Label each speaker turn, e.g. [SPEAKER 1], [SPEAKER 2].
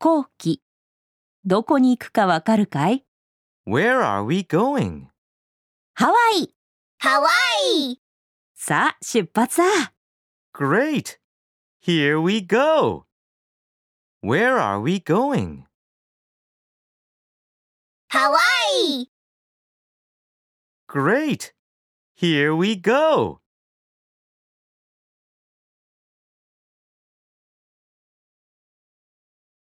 [SPEAKER 1] 行機。どこに行くかわかるかい
[SPEAKER 2] Where are we going?
[SPEAKER 1] ハワイ
[SPEAKER 3] ハワイ
[SPEAKER 1] さあ、出発だ
[SPEAKER 2] Great! Here we go! Where are we going?
[SPEAKER 3] ハワイ
[SPEAKER 2] Great! Here we go!